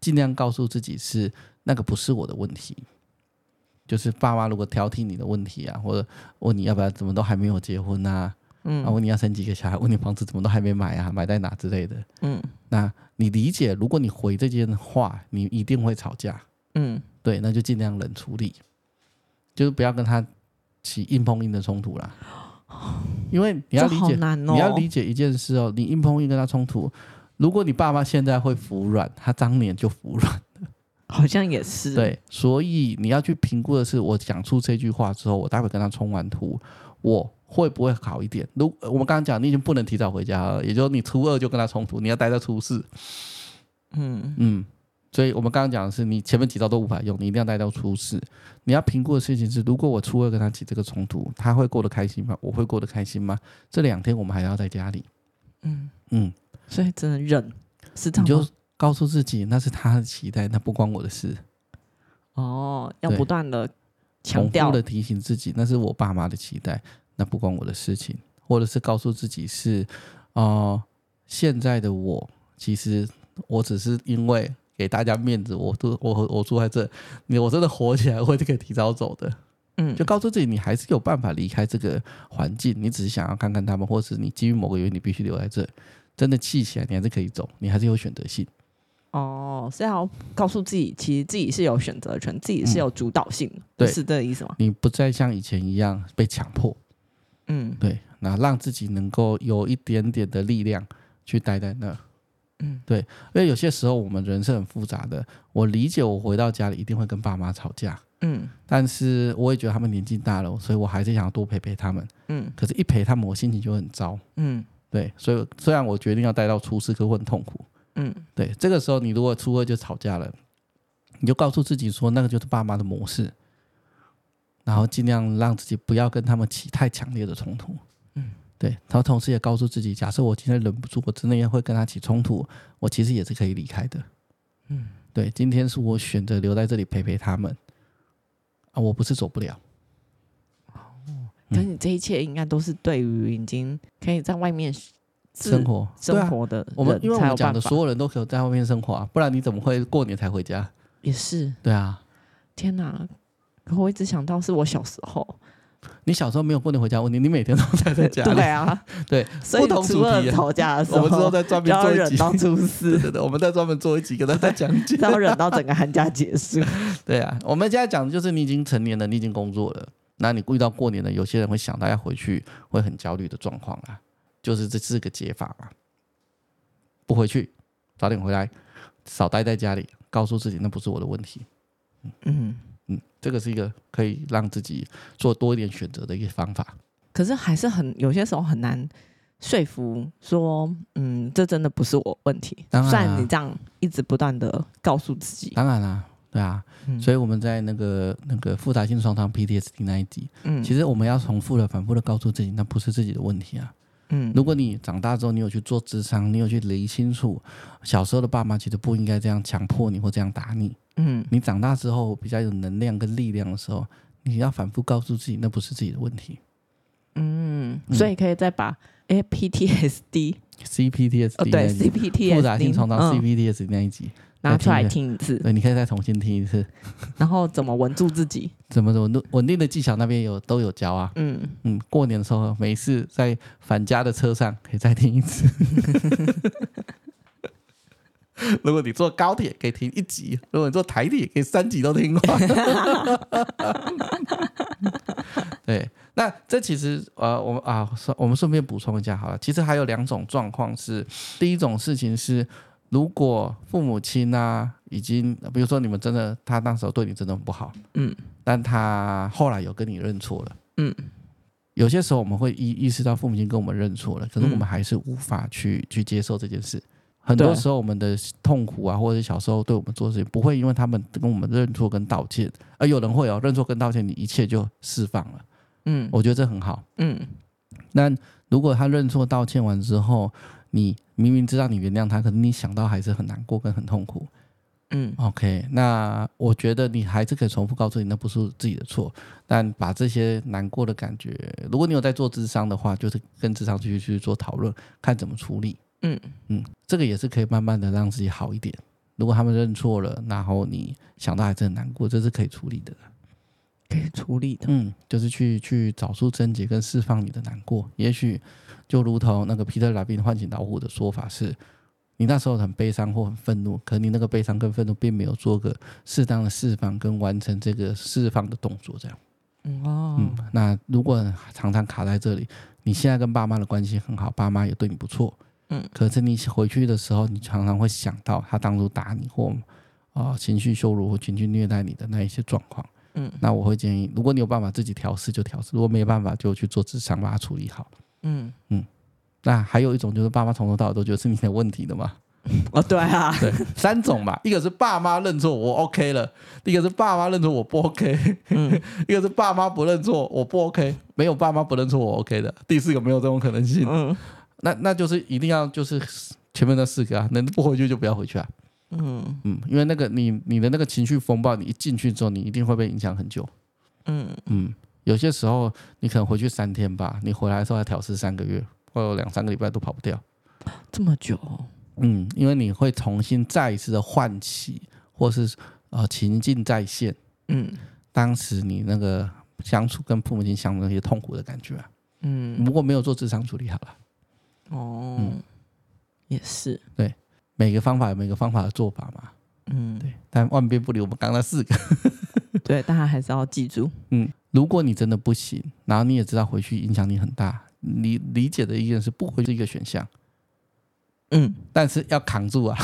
S2: 尽量告诉自己是那个不是我的问题，就是爸妈如果挑剔你的问题啊，或者问你要不要怎么都还没有结婚啊，
S1: 嗯
S2: 啊问你要生几个小孩，问你房子怎么都还没买啊，买在哪之类的。
S1: 嗯
S2: 那你理解，如果你回这件话，你一定会吵架。
S1: 嗯
S2: 对，那就尽量冷处理，就是不要跟他起硬碰硬的冲突啦。因为你要
S1: 这
S2: 理
S1: 好
S2: 解，
S1: 难哦，
S2: 你要理解一件事哦，你硬碰硬跟他冲突，如果你爸妈现在会服软，他当年就服软。
S1: 好像也是，
S2: 对，所以你要去评估的是，我讲出这句话之后，我待会跟他冲完图，我会不会好一点？如我们刚刚讲，你已经不能提早回家了，也就是你初二就跟他冲突，你要待到初四。
S1: 嗯
S2: 嗯，所以我们刚刚讲的是，你前面几招都无法用，你一定要待到初四。你要评估的事情是，如果我初二跟他起这个冲突，他会过得开心吗？我会过得开心吗？这两天我们还要在家里，
S1: 嗯，
S2: 嗯，
S1: 所以真的忍是这
S2: 你
S1: 样
S2: 就
S1: 吗，
S2: 告诉自己那是他的期待，那不关我的事。
S1: 哦，要
S2: 对
S1: 不断的强
S2: 重复
S1: 调
S2: 的提醒自己，那是我爸妈的期待，那不关我的事情，或者是告诉自己是，哦，现在的我其实我只是因为给大家面子，我都我我住在这，你我真的火起来，我就可以提早走的。
S1: 嗯
S2: 就告诉自己，你还是有办法离开这个环境，你只是想要看看他们，或是你基于某个原因，你必须留在这。真的气起来，你还是可以走，你还是有选择性。
S1: 哦，是要告诉自己，其实自己是有选择权，自己是有主导性的，
S2: 嗯对
S1: 是这个意思吗？
S2: 你不再像以前一样被强迫，
S1: 嗯
S2: 对，那让自己能够有一点点的力量去待在那儿。
S1: 嗯，
S2: 对，因为有些时候我们人是很复杂的。我理解，我回到家里一定会跟爸妈吵架，
S1: 嗯
S2: 但是我也觉得他们年纪大了，所以我还是想要多陪陪他们。
S1: 嗯
S2: 可是，一陪他们，我心情就很糟。
S1: 嗯
S2: 对，所以虽然我决定要待到初四，可是我很痛苦。
S1: 嗯
S2: 对，这个时候你如果初二就吵架了，你就告诉自己说，那个就是爸妈的模式，然后尽量让自己不要跟他们起太强烈的冲突。
S1: 嗯，
S2: 对，然后同时也告诉自己，假设我今天忍不住，我真的也会跟他起冲突，我其实也是可以离开的。
S1: 嗯，
S2: 对，今天是我选择留在这里陪陪他们，啊，我不是走不了。
S1: 可是你这一切应该都是对于已经可以在外面自
S2: 生活，对
S1: 生
S2: 啊，
S1: 活的人才有办法、
S2: 我们因为我们讲的所有人都可以在外面生活、啊，不然你怎么会过年才回家？
S1: 也是，
S2: 对啊，
S1: 天哪！可我一直想到是我小时候，
S2: 你小时候没有过年回家问题，你每天都待在家里。
S1: 对啊，
S2: 对，
S1: 所以
S2: 不同主
S1: 除了
S2: 题啊
S1: 吵架的时
S2: 我们之后
S1: 候，
S2: 再专
S1: 就
S2: 门
S1: 要
S2: 做一
S1: 忍
S2: 集，
S1: 到初四
S2: 对，对对，我们再专门做一集跟大家讲解
S1: 就。 要忍到整个寒假结 束。
S2: 对啊，我们现在讲的就是你已经成年了，你已经工作了，那你遇到过年了，有些人会想啊他要回去，会很焦虑的状况啦，就是这是个解法嘛。不回去，早点回来，少待在家里，告诉自己那不是我的问题。
S1: 嗯，
S2: 嗯，这个是一个可以让自己做多一点选择的一个方法。
S1: 可是还是很有些时候很难说服说，嗯，这真的不是我问题。
S2: 当然啊
S1: 虽然你这样一直不断的告诉自己，
S2: 当然啦、对啊，
S1: 嗯
S2: 所以我们在那个那个复杂性创伤 PTSD 那一集，
S1: 嗯，
S2: 其
S1: 实
S2: 实我们要重复的、反复的告诉自己，那不是自己的问题啊。
S1: 嗯
S2: 如果你长大之后，你有去做智商，你有去理清楚，小时候的爸妈其实不应该这样强迫你或这样打你。
S1: 嗯
S2: 你长大之后比较有能量跟力量的时候，你要反复告诉自己，那不是自己的问题。
S1: 嗯，
S2: 嗯
S1: 所以可以再把哎 PTSD
S2: CPTSD
S1: 哦
S2: 那
S1: 对
S2: 一集
S1: CPTSD
S2: 复杂性创伤
S1: 嗯
S2: CPTSD 那一集，
S1: 拿出来
S2: 再
S1: 听一 次，
S2: 对，你可以再重新听一次。
S1: 然后怎么稳住自己？
S2: 怎么怎么稳定的技巧那边有都有教啊。
S1: 嗯，
S2: 嗯，过年的时候没事在返家的车上可以再听一次。如果你坐高铁可以听一集，如果你坐台铁可以三集都听完。 对，那这其实呃，我们啊，顺我们顺便补充一下好了。其实还有两种状况是，第一种事情是，如果父母亲啊已经，比如说你们真的他那时候对你真的很不好，
S1: 嗯，
S2: 但他后来有跟你认错了，
S1: 嗯，
S2: 有些时候我们会意意识到父母亲跟我们认错了，可是
S1: 嗯
S2: 我们还是无法去去接受这件事。很多
S1: 对
S2: 时候我们的痛苦啊，或者是小时候对我们做的事情，不会因为他们跟我们认错跟道歉，而有人会哦，认错跟道歉，你一切就释放了。
S1: 嗯
S2: 我觉得这很好。
S1: 嗯
S2: 那如果他认错道歉完之后，你明明知道你原谅他，可是你想到还是很难过跟很痛苦。
S1: 嗯
S2: OK，那我觉得你还是可以重复告诉你，那不是自己的错。但把这些难过的感觉，如果你有在做智商的话，就是跟智商去去做讨论，看怎么处理。
S1: 嗯
S2: 嗯，这个也是可以慢慢的让自己好一点。如果他们认错了，然后你想到还是很难过，这是可以处理的。
S1: 可以处理的，
S2: 嗯，就是去去找出症结跟释放你的难过。也许就如同那个皮特·拉宾唤醒老虎的说法是，你那时候很悲伤或很愤怒，可你那个悲伤跟愤怒并没有做个适当的释放跟完成这个释放的动作，这样。
S1: 嗯哦，
S2: 嗯，那如果常常卡在这里，你现在跟爸妈的关系很好，爸妈也对你不错，
S1: 嗯，
S2: 可是你回去的时候，你常常会想到他当初打你或啊、呃情绪羞辱或情绪虐待你的那一些状况，
S1: 嗯
S2: 那我会建议，如果你有办法自己调试就调试，如果没办法就去做智商把它处理好。
S1: 嗯
S2: 那还有一种就是爸妈从头到尾都觉得是你的问题的嘛，
S1: 哦对啊，
S2: 对，三种嘛，一个是爸妈认错我 OK 了，一个是爸妈认错我不 OK，
S1: 嗯
S2: 一个是爸妈不认错，我不 OK，没有爸妈不认错，我 OK 的。第四个没有这种可能性，
S1: 嗯
S2: 那那就是一定要就是前面那四个啊，能不回去就不要回去啊，
S1: 嗯
S2: 嗯，因为那个你你的那个情绪风暴，你一进去之后，你一定会被影响很久，
S1: 嗯
S2: 嗯，有些时候你可能回去三天吧，你回来的时候还调试三个月或有两三个礼拜都跑不掉，
S1: 这么久，
S2: 嗯，因为你会重新再一次的唤起或是呃情境再现
S1: 嗯
S2: 当时你那个相处跟父母亲相处那些痛苦的感觉、啊。
S1: 嗯
S2: 如果没有做智商处理好了，
S1: 哦
S2: 嗯，
S1: 也是，
S2: 每个方法有每个方法的做法嘛，
S1: 嗯
S2: 对，但万变不离我们刚刚那四个。
S1: 对，大家还是要记住，
S2: 嗯，如果你真的不行，然后你也知道回去影响你很大，你理解的意见是不回去是一个选项，
S1: 嗯
S2: 但是要扛住啊，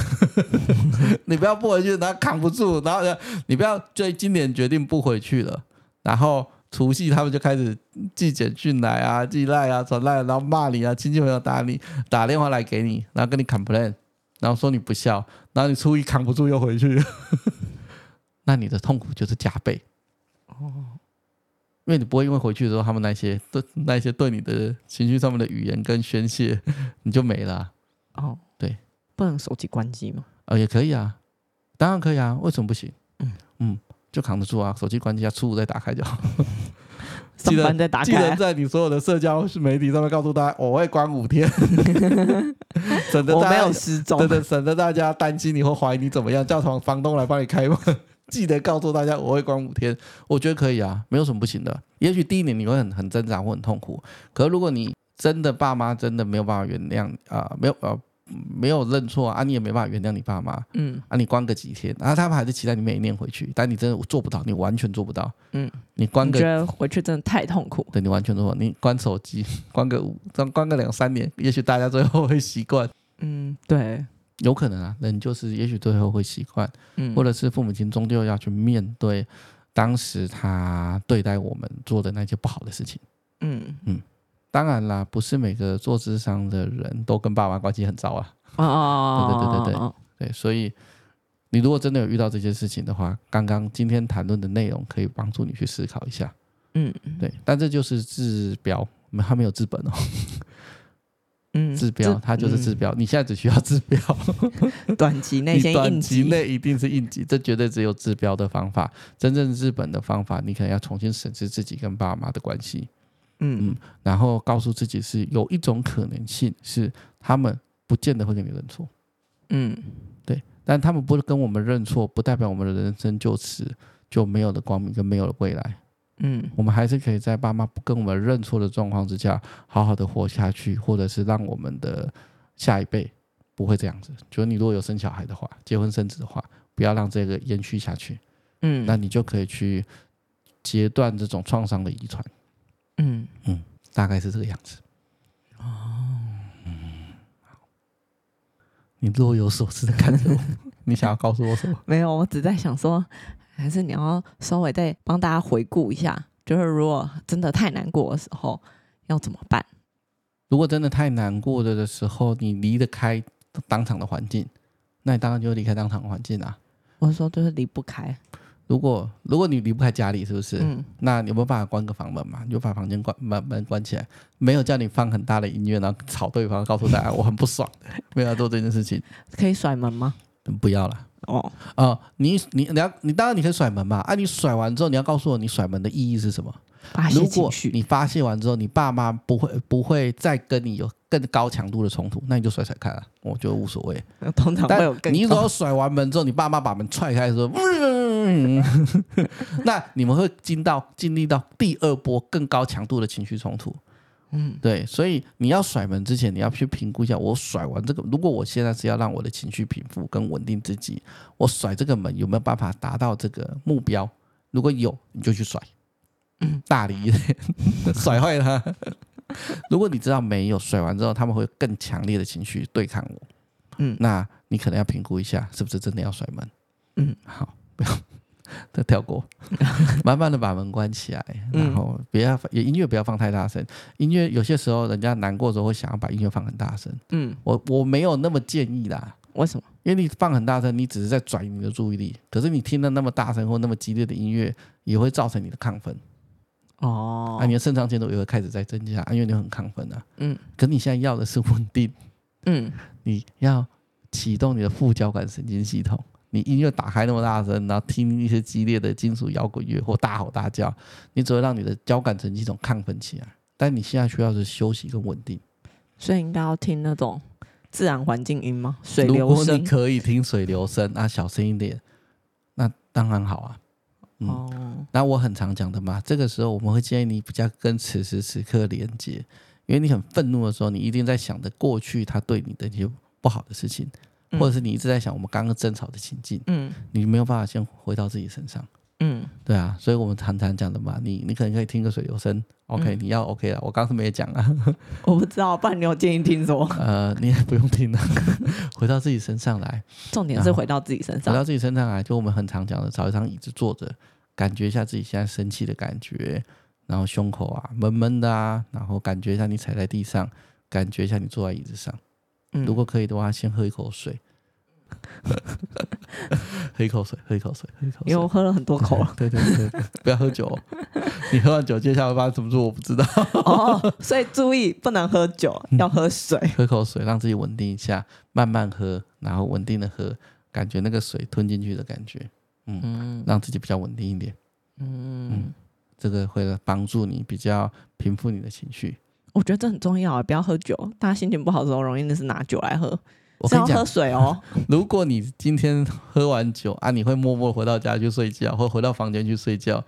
S2: 你不要不回去，然后扛不住，然后呢你不要就今年决定不回去了，然后。除夕他们就开始寄简讯来啊，寄赖啊，传赖啊，然后骂你啊，亲戚朋友打你，打电话来给你，然后跟你 complain，然后说你不孝，然后你初一扛不住又回去， 那你的痛苦就是加倍。
S1: 哦，
S2: 因为你不会因为回去之后他们那些对那些对你的情绪上面的语言跟宣泄，你就没了啊、
S1: 哦，
S2: 对，
S1: 不能手机关机吗？
S2: 呃也可以啊，当然可以啊，为什么不行？
S1: 嗯
S2: 嗯嗯，就扛得住啊，手机关机啊，初五再打开就好。
S1: 上
S2: 记得
S1: 班再打
S2: 记得
S1: 开，
S2: 在你所有的社交媒体上面告诉大家， 我会关 五天，省得
S1: 我
S2: 大
S1: 没
S2: 家
S1: 有失踪，
S2: 对对，省得大家担心你或怀疑你怎么样，叫房房东来帮 你开门。记得告诉大家，我会关五天，我觉得可以啊，没有什么不行的。也许第一年你会很很挣扎或很痛苦，可如果你真的爸妈真的没有办法原谅啊、没有呃没有认错啊，你也没办法原谅你爸妈
S1: 嗯
S2: 啊，你关个几天，然、后他们还是期待你每年回去，但你真的做不到，你完全做不到。
S1: 嗯，
S2: 你关
S1: 你觉
S2: 个
S1: 得回去真的太痛苦，
S2: 对你完全做不到，你 关手机关个五，关关个两三年，也许大家最后会习惯。
S1: 嗯，对，
S2: 有可能啊，人就是也许最后会习惯，
S1: 嗯，
S2: 或者是父母亲终究要去面对当时他对待我们做的那些不好的事情。
S1: 嗯，
S2: 当然啦，不是每个做智商的人都跟爸妈关系很糟啊。
S1: 哦哦，
S2: 对对对对对
S1: 哦
S2: 对，所以你如果真的有遇到这些事情的话，刚刚今天谈论的内容可以帮助你去思考一下。
S1: 嗯
S2: 对，但这就是治标，没它没有治本哦，
S1: 嗯，
S2: 治标
S1: 这
S2: 它就是治
S1: 嗯
S2: 标。你现在只需要治标，
S1: 短期内
S2: 你
S1: 先
S2: 短
S1: 应
S2: 期
S1: 急，
S2: 内一定是应急，这绝对只有治标的方法。真正治本的方法，你可能要重新审视自己跟爸妈的关系，
S1: 嗯
S2: 嗯然后告诉自己是有一种可能性是他们不见得会跟你认错。
S1: 嗯
S2: 但他们不跟我们认错，不代表我们的人生就此就没有了光明跟没有了未来。
S1: 嗯
S2: 我们还是可以在爸妈不跟我们认错的状况之下，好好的活下去，或者是让我们的下一辈不会这样子。就是你如果有生小孩的话，结婚生子的话，不要让这个延续下去，
S1: 嗯，
S2: 那你就可以去截断这种创伤的遗传，
S1: 嗯
S2: 大概是这个样子。哦，嗯你若有所思的看着我， 你想要告诉我什么？
S1: 没有，我只在想说，还是你要稍微再帮大家回顾一下，就是如果真的太难过的时候要怎么办？
S2: 如果真的太难过了的时候，你离得开当场的环境，那你当然就离开当场的环境啊。
S1: 我说就是离不开，
S2: 如果如果你离不开家里，是不是？
S1: 嗯
S2: 那你有没有办法关个房门嘛？你就把房间关门门关起来，没有叫你放很大的音乐，然后吵对方，告诉大家我很不爽 的，没有要做这件事情，
S1: 可以甩门吗？
S2: 不要了。
S1: 哦，
S2: 啊、你你你要你当然你可以甩门嘛，啊，你甩完之后你要告诉我你甩门的意义是什么？
S1: 发泄
S2: 如
S1: 情
S2: 果
S1: 绪，
S2: 你发泄完之后，你爸妈不会不会再跟你有更高强度的冲突，那你就甩甩看啊，我觉得无所谓。
S1: 通常
S2: 但
S1: 会有更
S2: 你如
S1: 高
S2: 果甩完门之后，你爸妈把门踹 开说，嗯 那你们会经到经历到第二波更高强度的情绪冲突。
S1: 嗯
S2: 对，所以你要甩门之前，你要去评估一下，我甩完这个，如果我现在是要让我的情绪平复跟稳定自己，我甩这个门有没有办法达到这个目标？如果有，你就去甩，嗯，大力一点 甩坏 它。如果你知道没有甩完之后，他们会有更强烈的情绪对抗我，
S1: 嗯
S2: 那你可能要评估一下，是不是真的要甩门？
S1: 嗯，
S2: 好，不要 再跳 过，慢慢的把门关起来，
S1: 嗯
S2: 然后不要也音乐不要放太大声，音乐有些时候人家难过的时候会想要把音乐放很大声，
S1: 嗯，
S2: 我我没有那么建议啦。
S1: 为什么？
S2: 因为你放很大声，你只是在转移你的注意力。可是你听到那么大声或那么激烈的音乐，也会造成你的亢奋，
S1: 哦，
S2: 啊，你的肾上腺素也会开始在增加，啊因为你很亢奋啊。
S1: 嗯
S2: 可你现在要的是稳定，
S1: 嗯
S2: 你要启动你的副交感神经系统。你音乐打开那么大声，然后听一些激烈的金属摇滚乐或大吼大叫，你只会让你的交感神经系统亢奋起来。但你现在需要的是休息跟稳定。
S1: 所以应该要听那种自然环境音吗？水
S2: 如
S1: 流
S2: 果
S1: 声
S2: 你。可以听水流声，那小声一点，那当然好啊。嗯
S1: 哦，
S2: 那我很常讲的嘛，这个时候我们会建议你比较跟此时此刻连接，因为你很愤怒的时候，你一定在想着过去他对你的一些不好的事情，
S1: 嗯
S2: 或者是你一直在想我们刚刚争吵的情境，
S1: 嗯
S2: 你没有办法先回到自己身上。
S1: 嗯
S2: 对啊，所以我们常常讲的嘛，你你可能可以听个水流声，OK，、
S1: 嗯
S2: 你要 OK 了，我刚刚没讲啊，
S1: 我不知道，不然你有建议听什么？
S2: 呃，你也不用听了， 回到自己身上来，
S1: 重
S2: 啊
S1: 点是回到自己身
S2: 回
S1: 上。
S2: 到自己身上来，就我们很常讲的，找一张椅子坐着，感觉一下自己现在生气的感觉，然后胸口啊闷闷的啊，然后感觉一下你踩在地上，感觉一下你坐在椅子上。
S1: 嗯
S2: 如果可以的话，先喝一口水， 喝一口水，喝一口水，喝一口水。。
S1: 因为我喝了很多口了
S2: 对对对对，不要喝酒哦、 你喝完酒，接下来会发生什么事我不知道。
S1: 哦，所以注意不能喝酒，
S2: 嗯
S1: 要喝水。
S2: 喝口水，让自己稳定一下，慢慢喝，然后稳定的喝，感觉那个水吞进去的感觉，
S1: 嗯
S2: 让自己比较稳定一点。
S1: 嗯，
S2: 这个会帮助你比较平复你的情绪。
S1: 我觉得这很重要，不要喝酒。大家心情不好的时候，容易的是拿酒来喝，
S2: 我
S1: 是
S2: 跟
S1: 要
S2: 你
S1: 喝
S2: 讲，
S1: 水 哦。
S2: 如果你今天喝完酒啊，你会默默回到家去睡觉，或回到房间去睡觉，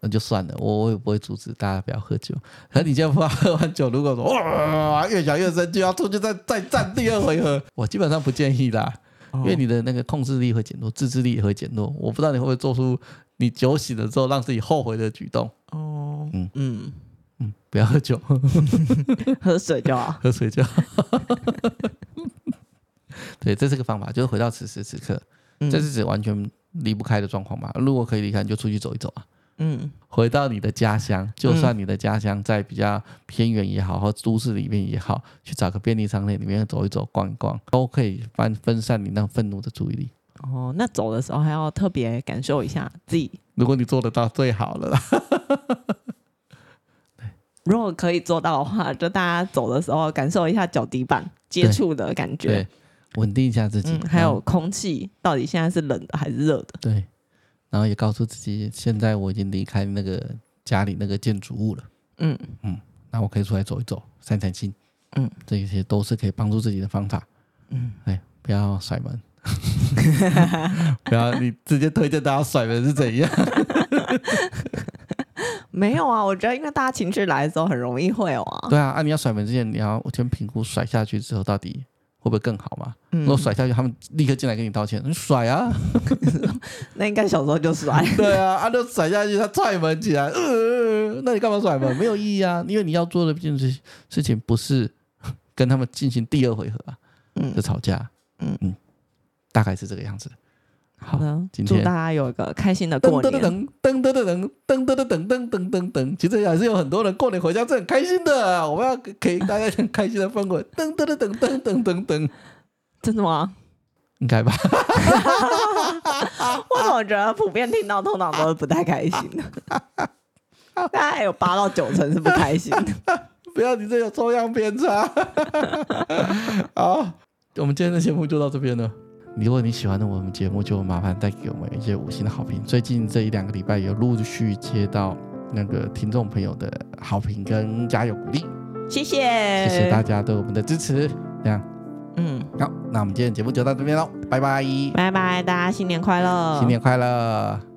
S2: 那就算了，我我也不会阻止大家不要喝酒。可你今天怕喝完酒，如果说哇越想越生气，要出去再再战第二回合，我基本上不建议啦，因为你的那个控制力会减弱，自制力也会减弱。我不知道你会不会做出你酒醒了之后让自己后悔的举动。
S1: 哦
S2: 嗯
S1: 嗯，
S2: 嗯，不要喝酒。
S1: 喝水就好。
S2: 喝水就好。 对，这是个方法，就是回到此时此刻，
S1: 嗯
S2: 这是指完全离不开的状况嘛。如果可以离开，你就出去走一走啊。
S1: 嗯
S2: 回到你的家乡，就算你的家乡在比较偏远也好，或都市里面也好，去找个便利商店里面走一走、逛一逛，都可以分分散你那愤怒的注意力。
S1: 哦，那走的时候还要特别感受一下自己，
S2: 如果你做得到，最好了啦。
S1: 如果可以做到的话，就大家走的时候感受一下脚底板接触的感觉
S2: 对，，稳定一下自己
S1: 嗯，，还
S2: 然
S1: 有
S2: 后
S1: 空气到底现在是冷的还是热的？
S2: 对，然后也告诉自己，现在我已经离开那个家里那个建筑物了，
S1: 嗯
S2: 那我可以出来走一走，散散心。
S1: 嗯，
S2: 这些都是可以帮助自己的方法。
S1: 嗯，
S2: 哎，不要甩门， 不要你直接推荐大家甩门是怎 样？
S1: 没有啊，我觉得因为大家情绪来的时候很容易会有啊，
S2: 对啊，啊，你要甩门之前，你要先评估甩下去之后到底会不会更好嘛？
S1: 嗯
S2: 如果甩下去，他们立刻进来跟你道歉，你甩啊，
S1: 那应该小时候就摔，
S2: 对啊，啊，就甩下去，他踹门起来，呃，那你干嘛甩门？没有意义啊，因为你要做的事事情不是跟他们进行第二回合啊，
S1: 嗯
S2: 是吵架，
S1: 嗯
S2: 嗯，大概是这个样子。
S1: 好的，
S2: 今
S1: 祝
S2: 天
S1: 大家有一个开心的
S2: 噔
S1: 过
S2: 噔
S1: 年。
S2: 噔噔噔噔噔噔噔噔噔噔噔噔，其实还是有很多人过年回家是很开心的、我们要给大家很开心的 氛围，噔噔噔噔噔噔噔噔，
S1: 真的吗？
S2: 应该吧？
S1: 我怎么觉得普遍听到通常都是不太开心的？ 大概有八到九成是不开心的。
S2: 不要你这有抽样偏差。好，我们今天的节目就到这边了。如果你喜欢的我们节目，就麻烦再给我们一些五星的好评。最近这一两个礼拜有陆续接到那个听众朋友的好评跟加油鼓励，
S1: 谢谢，
S2: 谢
S1: 谢
S2: 谢大。家对我们的支持。这样
S1: 嗯，
S2: 嗯好，那我们今天的节目就到这边喽，拜拜，新
S1: 拜拜，大家新年快乐，
S2: 年快乐。